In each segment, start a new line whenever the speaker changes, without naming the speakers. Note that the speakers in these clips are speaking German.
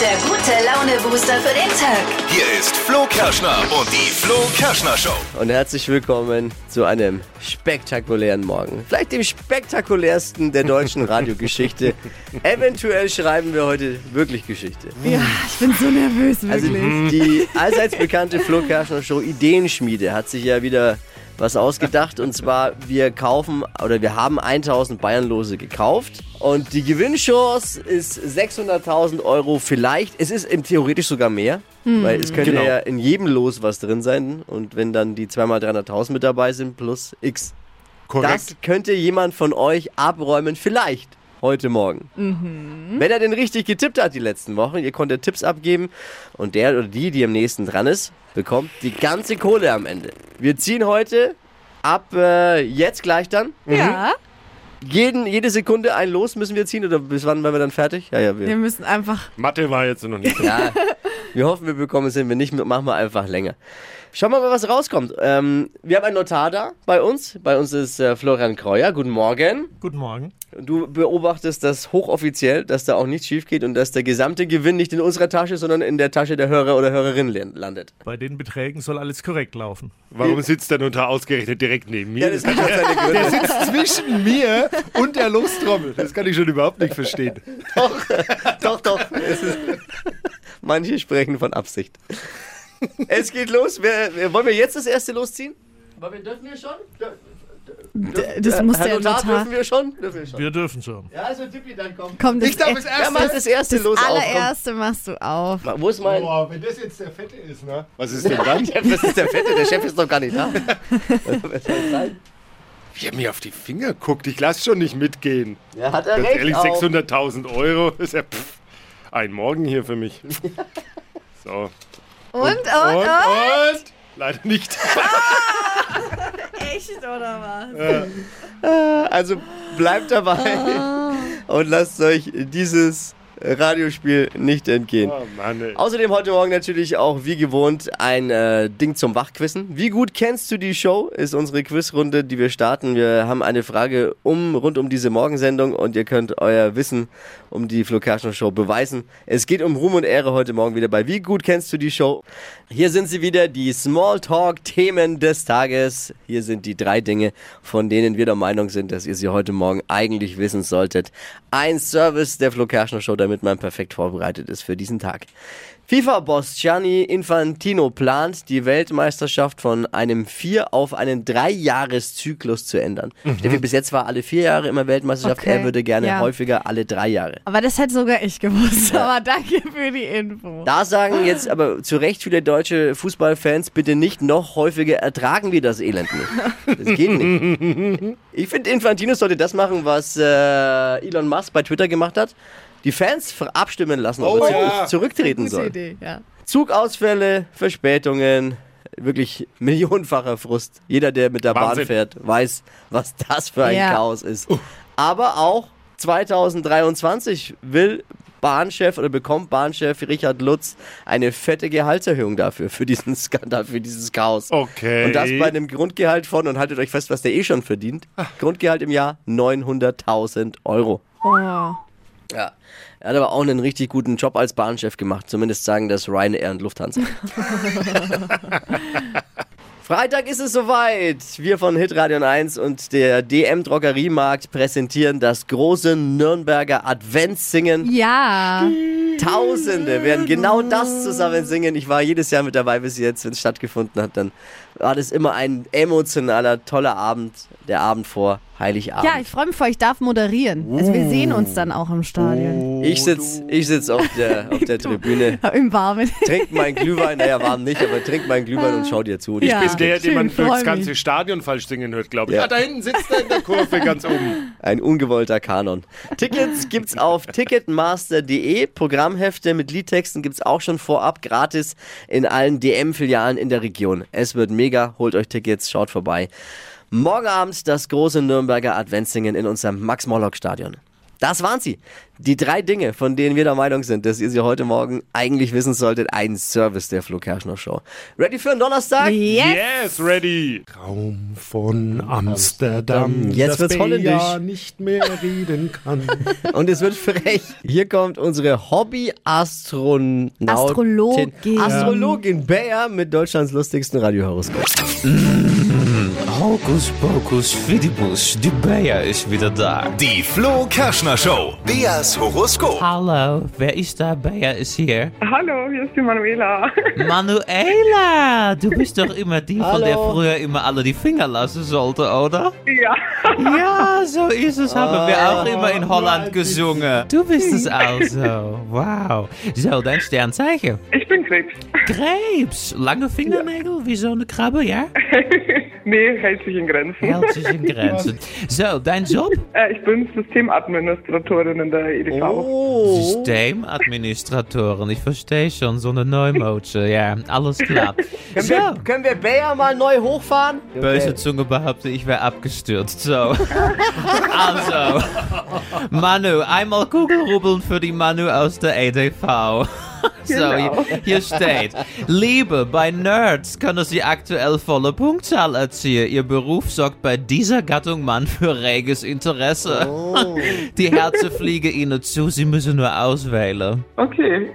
Der gute Laune-Booster für den Tag.
Hier ist Flo Kerschner und die Flo Kerschner Show.
und herzlich willkommen zu einem spektakulären Morgen. Vielleicht dem spektakulärsten der deutschen Radiogeschichte. Eventuell schreiben wir heute wirklich Geschichte.
Ja, ich bin so nervös,
Also
wirklich.
die allseits bekannte Flo Kerschner Show Ideenschmiede hat sich ja wieder was ausgedacht und zwar wir kaufen oder wir haben 1000 Bayernlose gekauft und die Gewinnchance ist 600.000 Euro vielleicht. Es ist im theoretisch sogar mehr, weil es könnte ja in jedem Los was drin sein und wenn dann die 2x300.000 mit dabei sind plus X. Das könnte jemand von euch abräumen, vielleicht heute Morgen. Wenn er den richtig getippt hat die letzten Wochen, ihr konntet Tipps abgeben und der oder die, die am nächsten dran ist, bekommt die ganze Kohle am Ende. Wir ziehen heute ab äh, jetzt gleich dann. Mhm.
Ja,
Jeden, jede Sekunde ein Los müssen wir ziehen oder bis wann werden wir dann fertig? Ja, ja, wir,
wir müssen einfach.
Mathe war jetzt noch nicht.
ja, wir hoffen, wir bekommen es hin. Wenn nicht, machen wir einfach länger. Schauen wir mal, was rauskommt. Ähm, wir haben einen Notar da bei uns. Bei uns ist äh, Florian Kreuer. Guten Morgen.
Guten Morgen.
Du beobachtest das hochoffiziell, dass da auch nichts schief geht und dass der gesamte Gewinn nicht in unserer Tasche, sondern in der Tasche der Hörer oder Hörerin lan- landet.
Bei den Beträgen soll alles korrekt laufen.
Warum sitzt der Notar ausgerechnet direkt neben mir?
das hat seine
der sitzt zwischen mir und der Lostrommel. Das kann ich schon überhaupt nicht verstehen.
doch, doch. Es ist, manche sprechen von Absicht. Es geht los. Wer, wer- wollen wir jetzt das erste losziehen? Wollen wir, dürfen wir schon?
D- Das muss
Herr
der
Notar,
Notar.
dürfen Äh, wir schon? Dürfen wir schon.
Wir dürfen schon.
Ja, also Tippi, dann komm.
Komm, das, er-
Wer macht das erste los?
das
auf? Komm.
allererste machst du auf.
Wo ist mein...
Boah, wenn das jetzt der Fette ist, ne? Was ist denn dann?
Das ist der Fette, der Chef ist doch gar nicht da. Was soll das sein?
Ich habe mir auf die Finger geguckt. Ich lasse schon nicht mitgehen.
Ja, hat er
Ganz
recht.
ehrlich,
auch.
600.000 Euro ist ja pff, ein Morgen hier für mich. So.
Und, und, und?
Und, und? Leider nicht.
Echt, oder was?
Also bleibt dabei und lasst euch dieses Radiospiel nicht entgehen.
Oh Mann, ey.
Außerdem heute Morgen natürlich auch wie gewohnt ein äh, Ding zum Wachquissen. Wie gut kennst du die Show? Ist unsere Quizrunde, die wir starten. Wir haben eine Frage um rund um diese Morgensendung und ihr könnt euer Wissen um die Flo Kerschner Show beweisen. Es geht um Ruhm und Ehre heute Morgen wieder bei Wie gut kennst du die Show? Hier sind sie wieder, die Smalltalk-Themen des Tages. Hier sind die drei Dinge, von denen wir der Meinung sind, dass ihr sie heute Morgen eigentlich wissen solltet. Ein Service der Flo Kerschner Show, damit man perfekt vorbereitet ist für diesen Tag. FIFA-Boss Gianni Infantino plant, die Weltmeisterschaft von einem Vier- auf einen Dreijahreszyklus zu ändern. Steffi, bis jetzt war alle vier Jahre immer Weltmeisterschaft,
Mhm. Okay,
er würde gerne
ja.
häufiger alle drei Jahre.
Aber das hätte sogar ich gewusst. Aber danke für die Info.
Da sagen jetzt aber zu Recht viele deutsche Fußballfans, bitte nicht noch häufiger ertragen wir das Elend nicht. Das geht nicht. Ich finde, Infantino sollte das machen, was äh, Elon Musk bei Twitter gemacht hat. Die Fans ver- abstimmen lassen, ob
Oh
er zurück-
ja.
zurücktreten
Gute
soll.
Idee, ja.
Zugausfälle, Verspätungen, wirklich millionenfacher Frust. Jeder, der mit der Bahn
Wahnsinn.
fährt, weiß, was das für ein
Ja.
Chaos ist. Aber auch 2023 will Bahnchef oder bekommt Bahnchef Richard Lutz eine fette Gehaltserhöhung dafür, für diesen Skandal, für dieses Chaos.
Okay.
Und das bei einem Grundgehalt von, und haltet euch fest, was der eh schon verdient, Grundgehalt im Jahr 900.000 Euro.
Oh.
Ja. Er hat aber auch einen richtig guten Job als Bahnchef gemacht. Zumindest sagen das Ryanair und Lufthansa. Freitag ist es soweit. Wir von Hitradio 1 und der DM Drogeriemarkt präsentieren das große Nürnberger Adventssingen.
Ja.
Tausende werden genau das zusammen singen. Ich war jedes Jahr mit dabei bis jetzt, wenn es stattgefunden hat. Dann war das immer ein emotionaler, toller Abend. Der Abend vor Heiligabend.
Ja, ich freue mich vor, ich darf moderieren. Also wir sehen uns dann auch im Stadion.
ich sitz, ich sitz auf der, auf der Tribüne.
Im Warmen.
trink meinen Glühwein, naja, warm nicht, aber trink meinen Glühwein und schau dir zu.
Ah. Ja.
Ich bin
Der, den man
Schön,
für das
freu
ganze
mich.
Stadion falsch singen hört, glaube ich.
Ja.
Ah, da hinten sitzt er in der Kurve ganz oben.
ein ungewollter Kanon. Tickets gibt's auf ticketmaster.de. Programmhefte mit Liedtexten gibt's auch schon vorab gratis in allen DM-Filialen in der Region. Es wird mega, holt euch Tickets, schaut vorbei. Morgen Abend das große Nürnberger Adventssingen in unserem Max-Morlock-Stadion. Das waren sie. Die drei Dinge, von denen wir der Meinung sind, dass ihr sie heute Morgen eigentlich wissen solltet. Ein Service der Flo Kerschner Show. Ready für einen Donnerstag?
Yes.
Yes, ready.
Raum von Amsterdam.
Jetzt
das
wird's
Bea
holländisch.
nicht mehr reden kann.
Und es wird frech. Hier kommt unsere Hobby-Astronautin.
Astrologin.
Astrologin Bea mit Deutschlands lustigsten Radiohoroskop.
Hokus Pokus Fidibus, die Bea ist wieder da.
Die Flo Kerschner Show. Beas Horoskop.
Hallo, wer ist da? Bea ist hier.
Hallo, hier ist die Manuela.
Manuela, du bist doch immer die, von der
Hallo.
früher immer alle die Finger lassen sollte, oder?
ja,
Ja, so ist es. Haben wir auch immer in Holland gesungen. Du bist es also. Wow. So, dein Sternzeichen.
ich bin Krebs.
Krebs. Lange Fingernägel, wie so eine Krabbe, ja?
nee, hält sich in Grenzen.
Hält sich in Grenzen. So, dein Job?
Äh, ich bin Systemadministratorin in der E EDV.
Oh.
Systemadministratoren, ich verstehe schon, so eine Neumotsche, ja, alles klar.
Können,
So,
wir, können wir Bea mal neu hochfahren?
böse Zunge behauptet, ich wäre abgestürzt, so. Also, Manu, einmal Kugelrubbeln für die Manu aus der EDV. So,
Genau.
hier- hier steht, Liebe, bei Nerds können sie aktuell volle Punktzahl erzielen. Ihr Beruf sorgt bei dieser Gattung Mann für reges Interesse. Die Herzen fliegen ihnen zu, sie müssen nur auswählen.
Okay.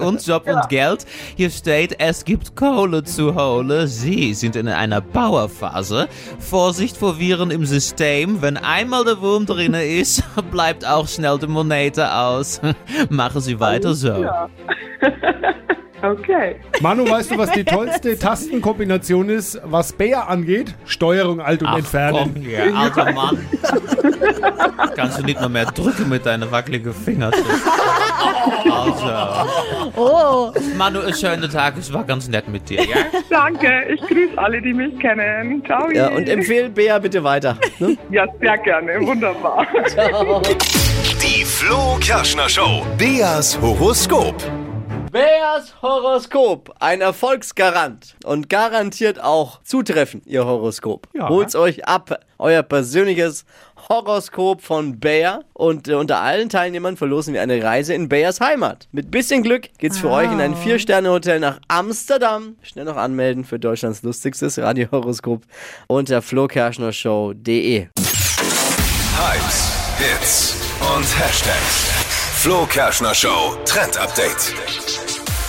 und Job und Geld. Hier steht, es gibt Kohle zu holen. Sie sind in einer Bauerphase. Vorsicht vor Viren im System. Wenn einmal der Wurm drinnen ist, bleibt auch schnell die Monete aus. Machen Sie weiter so.
Okay.
Manu, weißt du, was die tollste Tastenkombination ist, was Bea angeht? Steuerung, Alt und
Ach,
Entfernen.
komm hier, alter Mann. Kannst du nicht mal mehr drücken mit deinen wackeligen Fingern. Also,
Oh,
Manu, einen schönen Tag. Es war ganz nett mit dir, ja?
Danke, ich grüße alle, die mich kennen. Ciao.
Ja, und empfehlen Bea bitte weiter. Ne?
ja, sehr gerne. Wunderbar.
Die Flo Kerschner Show. Beas Horoskop.
Beas Horoskop, ein Erfolgsgarant und garantiert auch zutreffend ihr Horoskop. Holt's euch ab, euer persönliches Horoskop von Bär und äh, unter allen Teilnehmern verlosen wir eine Reise in Bärs Heimat. Mit bisschen Glück geht's für euch in ein Vier-Sterne-Hotel nach Amsterdam. Schnell noch anmelden für Deutschlands lustigstes Radiohoroskop unter flokerschnershow.de.
Hypes, Hits und Hashtags. Flo Kerschner Show Trend Update.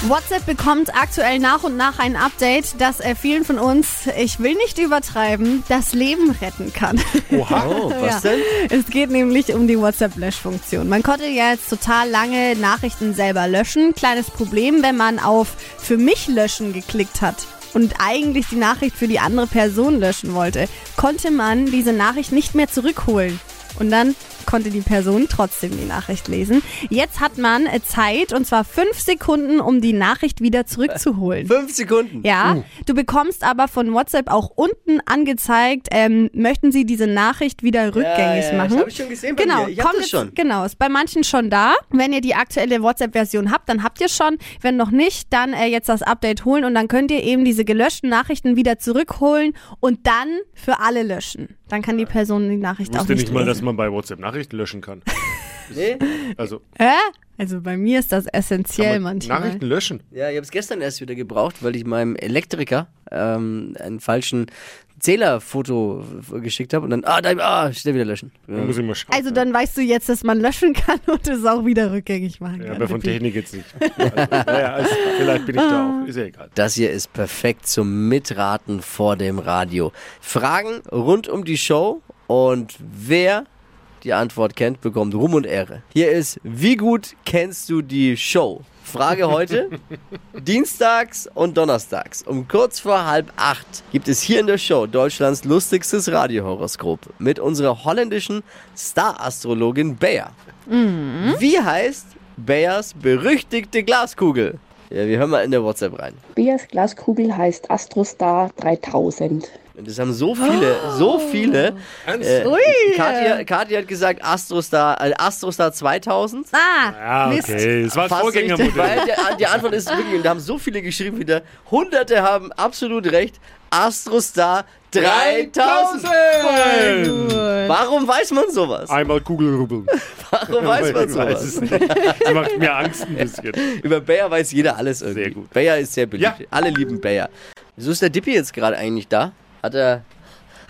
WhatsApp bekommt aktuell nach und nach ein Update, das äh, vielen von uns, ich will nicht übertreiben, das Leben retten kann.
Oh, was denn?
Es geht nämlich um die WhatsApp-Löschfunktion. Man konnte ja jetzt total lange Nachrichten selber löschen. Kleines Problem, wenn man auf Für mich löschen geklickt hat und eigentlich die Nachricht für die andere Person löschen wollte, konnte man diese Nachricht nicht mehr zurückholen. Und dann konnte die Person trotzdem die Nachricht lesen. Jetzt hat man äh, Zeit, und zwar fünf Sekunden, um die Nachricht wieder zurückzuholen.
Fünf Sekunden.
Ja, du bekommst aber von WhatsApp auch unten angezeigt, ähm, möchten sie diese Nachricht wieder rückgängig
ja, ja,
machen.
das hab ich schon gesehen bei
genau,
mir. Ich hab
kommt
das
jetzt-
schon.
Genau, ist bei manchen schon da. Wenn ihr die aktuelle WhatsApp-Version habt, dann habt ihr schon. Wenn noch nicht, dann äh, jetzt das Update holen und dann könnt ihr eben diese gelöschten Nachrichten wieder zurückholen und dann für alle löschen. Dann kann die Person die Nachricht auch
Wusste
nicht
nicht mal, dass
lesen.
man bei WhatsApp Nachrichten löschen kann.
Nee?
Also,
Hä? Also bei mir ist das essentiell
kann man
manchmal.
Nachrichten löschen.
Ja, ich habe es gestern erst wieder gebraucht, weil ich meinem Elektriker ähm, einen falschen Zählerfoto f- geschickt habe und dann, ah, da, ah, schnell wieder löschen.
Da muss ich mal schauen.
Also dann weißt du jetzt, dass man löschen kann und es auch wieder rückgängig machen
ja,
kann.
aber von
Definitiv.
Technik jetzt nicht. Also, naja, also, vielleicht bin ich da auch. Ist ja egal.
Das hier ist perfekt zum Mitraten vor dem Radio. Fragen rund um die Show und wer die Antwort kennt, bekommt Ruhm und Ehre. Hier ist, wie gut kennst du die Show? Frage heute, dienstags und donnerstags um kurz vor halb acht gibt es hier in der Show Deutschlands lustigstes Radiohoroskop mit unserer holländischen Star-Astrologin Bea. Wie heißt Beas berüchtigte Glaskugel? Ja, wir hören mal in der WhatsApp rein.
Bias Glaskugel heißt Astrostar 3000.
Und das haben so viele, so viele.
Oh.
Äh, Katja, Katja hat gesagt Astrostar, äh, Astrostar 2000.
Ah,
Ah,
Mist.
okay. Es war das
Fast richtig,
Vorgängermodell.
Weil die, die Antwort ist wirklich, und da haben so viele geschrieben wieder, hunderte haben absolut recht, Astrostar 3000!
Voll
Gut.
Warum weiß man sowas?
Einmal Kugelrubbeln.
Warum weiß man
Ich weiß
sowas?
es nicht. Das macht mir Angst ein bisschen.
Über Bayer weiß jeder alles irgendwie.
Sehr gut.
Bayer ist sehr beliebt.
Ja.
Alle lieben Bayer. Wieso ist der Dippi jetzt gerade eigentlich da? Hat er.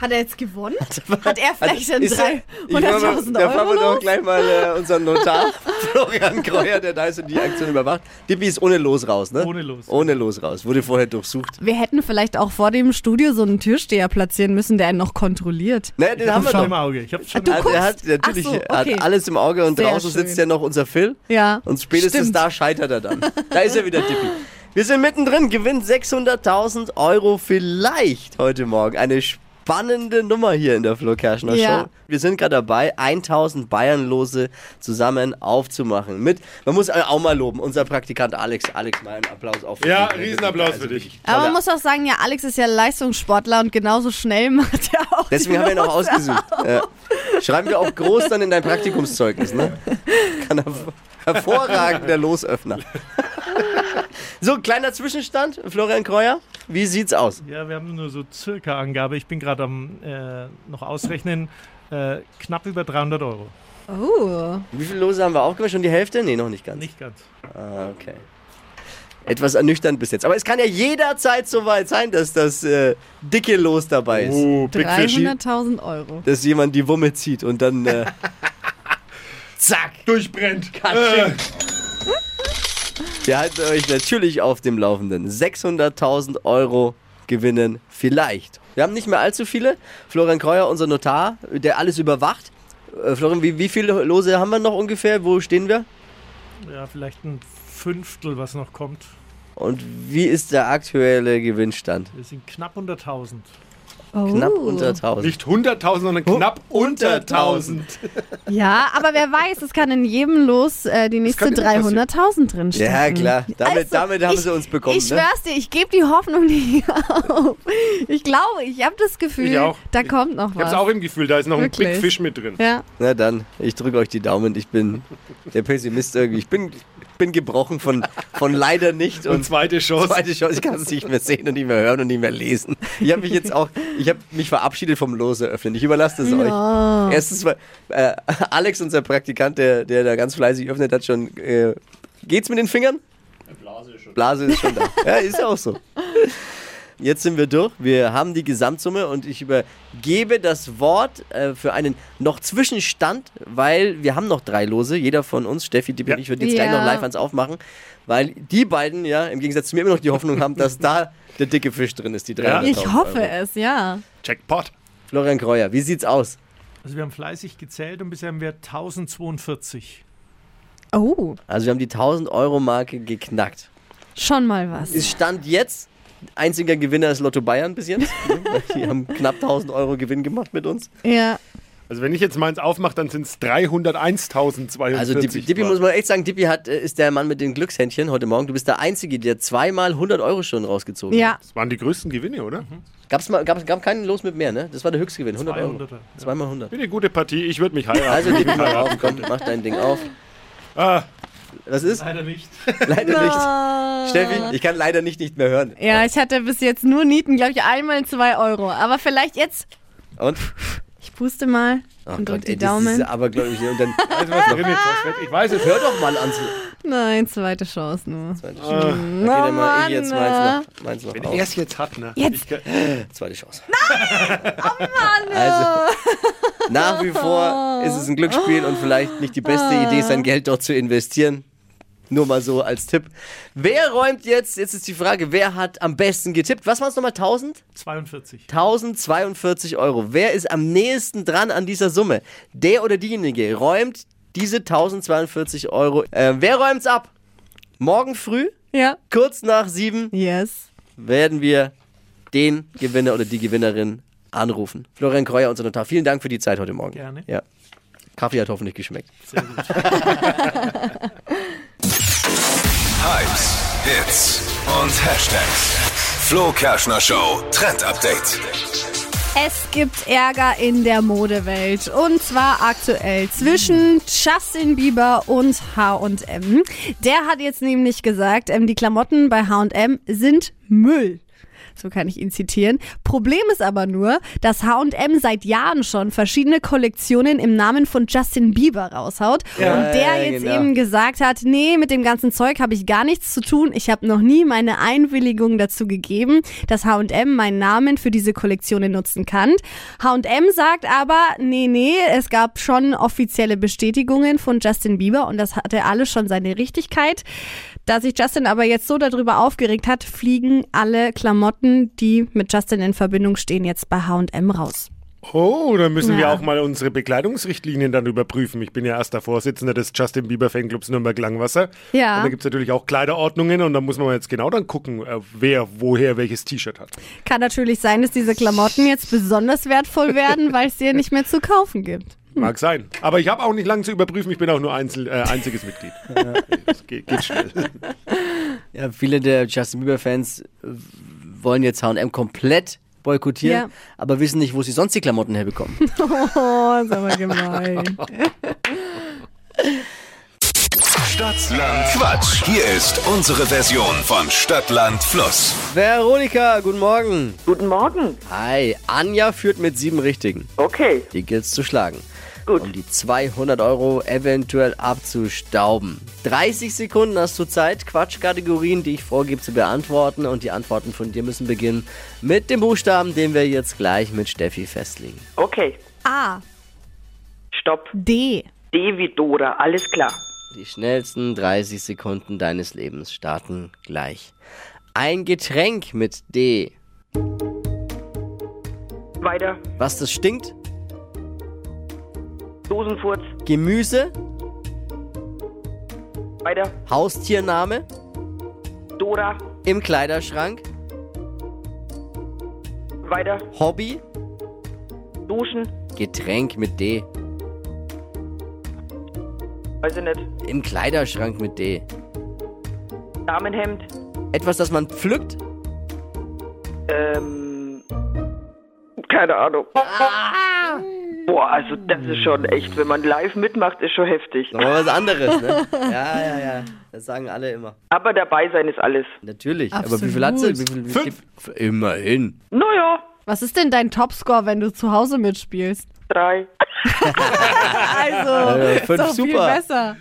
Hat er jetzt gewonnen? Hat er vielleicht dann
Also Ist er- Ich glaube,
300.000
Da fahren
Euro
wir doch
los?
gleich mal äh, unseren Notar, Florian Kreuer, der da ist und die Aktion überwacht. Dippi ist ohne Los raus, ne?
Ohne Los.
Ohne Los raus. Wurde vorher durchsucht.
Wir hätten vielleicht auch vor dem Studio so einen Türsteher platzieren müssen, der ihn noch kontrolliert.
Ne, den
Ich
haben
hab's
wir
schon im
doch.
Auge. Ich hab's schon
Du
im Auge.
Also er hat
guckst.
natürlich
Ach so,
er
okay.
hat alles im Auge und
Sehr
draußen sitzt
schön.
ja noch unser Phil.
Ja.
Und spätestens
Stimmt.
da scheitert er dann. Da ist er wieder Tippi. Wir sind mittendrin, gewinnt 600.000 Euro vielleicht heute Morgen. Eine spannende Nummer hier in der Flo Kerschner Show.
Ja.
Wir sind gerade dabei, 1000 Bayernlose zusammen aufzumachen. Mit, man muss auch mal loben, unser Praktikant Alex. Alex, mal einen Applaus auf.
Ja, also Riesenapplaus
also
für dich.
Aber man
Toller.
muss auch sagen, ja, Alex ist ja Leistungssportler und genauso schnell macht er auch.
Deswegen
die
haben wir ihn auch
Lose.
ausgesucht. Äh, schreiben wir auch groß dann in dein Praktikumszeugnis, ne? Kann er, hervorragender Losöffner. so, kleiner Zwischenstand, Florian Kreuer. Wie sieht's aus?
Ja, wir haben nur so circa Angabe. Ich bin gerade am äh, noch ausrechnen. Äh, knapp über 300 Euro.
Oh.
Wie viele Lose haben wir aufgemacht? Schon die Hälfte? Nee, noch nicht ganz.
Nicht ganz.
Ah, okay. Etwas ernüchternd bis jetzt. Aber es kann ja jederzeit soweit sein, dass das äh, dicke Los dabei ist.
Oh, Big Fishy.
300.000 Euro.
Dass jemand die Wumme zieht und dann. Äh, zack!
Durchbrennt.
Katsching. Wir halten euch natürlich auf dem Laufenden. 600.000 Euro gewinnen vielleicht. Wir haben nicht mehr allzu viele. Florian Kreuer, unser Notar, der alles überwacht. Äh, Florian, wie, wie viele Lose haben wir noch ungefähr? Wo stehen wir?
Ja, vielleicht ein Fünftel, was noch kommt.
Und wie ist der aktuelle Gewinnstand?
Wir sind knapp unter 1000.
Oh.
Knapp unter 1000.
Nicht 100.000, sondern
Oh,
knapp unter 1000.
Ja, aber wer weiß, es kann in jedem Los äh, die nächste
kann immer
300.000 drinstecken.
Ja, klar. Damit,
Also,
damit haben
ich-
sie uns bekommen.
ich
ne?
schwör's dir, ich gebe die Hoffnung nicht auf. Ich glaube, ich habe das Gefühl,
Ich auch.
da kommt noch
Ich
was.
hab's auch im Gefühl, da ist noch ein Big
Wirklich?
Fish mit drin.
ja.
Na dann, ich drücke euch die Daumen. Ich bin der Pessimist irgendwie. Ich bin, bin gebrochen von, von leider nicht
Und
und
zweite Chance.
Zweite Chance, ich kann es nicht mehr sehen und nicht mehr hören und nicht mehr lesen. Ich habe mich jetzt auch, ich habe mich verabschiedet vom Lose öffnen. Ich überlasse das euch. Erstens mal, äh, Alex, unser Praktikant, der, der da ganz fleißig öffnet, hat schon, äh, geht's mit den Fingern? Blase ist schon da. ja, ist auch so. Jetzt sind wir durch. Wir haben die Gesamtsumme und ich übergebe das Wort äh, für einen noch Zwischenstand, weil wir haben noch drei Lose. Jeder von uns, Steffi, die
Ja.
und ich, würden jetzt
Ja.
gleich noch live ans Aufmachen, weil die beiden ja im Gegensatz zu mir immer noch die Hoffnung haben, dass da der dicke Fisch drin ist, die
Ja.
300.000
Ich hoffe
Euro.
es, ja.
Jackpot.
Florian Kreuer, wie sieht's aus?
Also wir haben fleißig gezählt und bisher haben wir 1042.
Oh,
Also wir haben die 1000-Euro-Marke geknackt.
schon mal was.
Ist Stand jetzt einziger Gewinner ist Lotto Bayern bis jetzt. die haben knapp 1000 Euro Gewinn gemacht mit uns.
ja.
Also wenn ich jetzt meins aufmache, dann sind es 301.042.
Also Dippi, Dippi muss man echt sagen, Dippi hat, äh, ist der Mann mit den Glückshändchen heute Morgen. Du bist der Einzige, der zweimal 100 Euro schon rausgezogen hat.
Ja,
Das waren die größten Gewinne,
Mhm.
oder?
Gab's mal, gab, gab keinen Los mit mehr, ne? Das war der Höchstgewinn, 100
200er,
Euro.
ja.
Zweimal 100.
Bin eine gute Partie, ich würde mich heiraten.
Also Dippi, mal
heiraten.
auf, komm, mach dein Ding auf.
Ah,
Was ist?
Leider nicht.
Leider nicht. Steffi, ich kann leider nicht nicht mehr hören.
ja, ich hatte bis jetzt nur Nieten, glaube ich, einmal zwei Euro. Aber vielleicht jetzt,
Und?
ich puste mal
Oh
und drück die
ey, Das
Daumen.
ist aber, glaube ich, und dann
also was drin ist, was drin ist. Ich weiß es.
hör doch mal ans.
Nein, zweite Chance nur.
Zweite Chance. Okay, dann mach ich jetzt meins
ne?
noch, meins noch auf.
es jetzt hat, ne?
Jetzt.
Ich kann,
Zweite Chance. Nein! Oh Mann! Also, nach wie vor ist es ein Glücksspiel und vielleicht nicht die beste Idee, sein Geld dort zu investieren. Nur mal so als Tipp. Wer räumt jetzt? Jetzt ist die Frage, wer hat am besten getippt? Was waren es nochmal? 1000?
42.
1042 Euro. Wer ist am nächsten dran an dieser Summe? Der oder diejenige räumt diese 1042 Euro. Äh, wer räumt's ab? Morgen früh,
Ja.
kurz nach sieben,
Yes.
werden wir den Gewinner oder die Gewinnerin anrufen. Florian Kreuer, unser Notar, vielen Dank für die Zeit heute Morgen.
Gerne.
Ja. Kaffee hat hoffentlich geschmeckt.
Hypes, Hits und Hashtags. Flo Kerschner Show Trend Update.
Es gibt Ärger in der Modewelt. Und zwar aktuell zwischen Justin Bieber und HM. Der hat jetzt nämlich gesagt, ähm, die Klamotten bei HM sind Müll. So kann ich ihn zitieren. Problem ist aber nur, dass H&M seit Jahren schon verschiedene Kollektionen im Namen von Justin Bieber raushaut
Ja,
und der
ja,
jetzt
genau.
eben gesagt hat, nee, mit dem ganzen Zeug habe ich gar nichts zu tun. Ich habe noch nie meine Einwilligung dazu gegeben, dass H&M meinen Namen für diese Kollektionen nutzen kann. H&M sagt aber, nee, nee, es gab schon offizielle Bestätigungen von Justin Bieber und das hatte alles schon seine Richtigkeit. Da sich Justin aber jetzt so darüber aufgeregt hat, fliegen alle Klamotten, die mit Justin in Verbindung stehen, jetzt bei H&M raus.
Oh, dann müssen wir
Ja.
auch mal unsere Bekleidungsrichtlinien dann überprüfen. Ich bin ja erster Vorsitzender des Justin Bieber Fanclubs Nürnberg Langwasser.
Ja.
Und da gibt es natürlich auch Kleiderordnungen und da muss man jetzt genau dann gucken, äh, wer woher welches T-Shirt hat.
Kann natürlich sein, dass diese Klamotten jetzt besonders wertvoll werden, weil es dir nicht mehr zu kaufen gibt.
Mag sein. Aber ich habe auch nicht lange zu überprüfen, ich bin auch nur einzel, äh, einziges Mitglied. Das geht, geht schnell.
Ja, viele der Justin Bieber-Fans äh, wollen jetzt HM komplett boykottieren,
Ja.
aber wissen nicht, wo sie sonst die Klamotten herbekommen.
Oh, ist aber gemein.
Stadtland Quatsch. Hier ist unsere Version von Stadtland Fluss.
Veronika, guten Morgen.
Guten Morgen.
Hi, Anja führt mit sieben Richtigen.
Okay.
Die gilt's zu schlagen. Gut. Um die 200 Euro eventuell abzustauben. 30 Sekunden hast du Zeit, Quatschkategorien, die ich vorgebe, zu beantworten. Und die Antworten von dir müssen beginnen mit dem Buchstaben, den wir jetzt gleich mit Steffi festlegen.
Okay.
A.
Stopp.
D.
D wie Dora, alles klar.
Die schnellsten 30 Sekunden deines Lebens starten gleich. Ein Getränk mit D.
Weiter.
Was das stinkt?
Dosenfurz.
Gemüse?
Weiter.
Haustiername?
Dora.
Im Kleiderschrank?
Weiter.
Hobby?
Duschen.
Getränk mit D.
Weiß ich nicht.
Im Kleiderschrank mit D.
Damenhemd.
Etwas, das man pflückt?
Ähm. Keine Ahnung. Boah, also das ist schon echt, wenn man live mitmacht, ist schon heftig.
Nochmal was anderes, ne? Ja, ja, ja. Das sagen alle immer.
Aber dabei sein ist alles.
Natürlich. Aber wie viel hat sie? Wie viel, wie
Fünf.
viel- Immerhin.
Naja.
Was ist denn dein Topscore, wenn du zu Hause mitspielst?
Drei.
also,
Äh, fünf,
ist doch viel
super.
besser.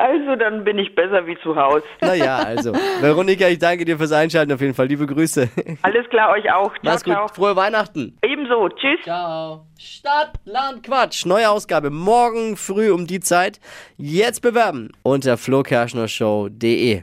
Also dann bin ich besser wie zu Hause.
Naja, also. Veronika, ich danke dir fürs Einschalten auf jeden Fall. Liebe Grüße.
Alles klar, euch auch. Ciao,
Mach's gut.
ciao.
Frohe Weihnachten.
Ebenso. Tschüss.
Ciao. Stadt, Land, Quatsch. Neue Ausgabe morgen früh um die Zeit. Jetzt bewerben unter flokerschnershow.de.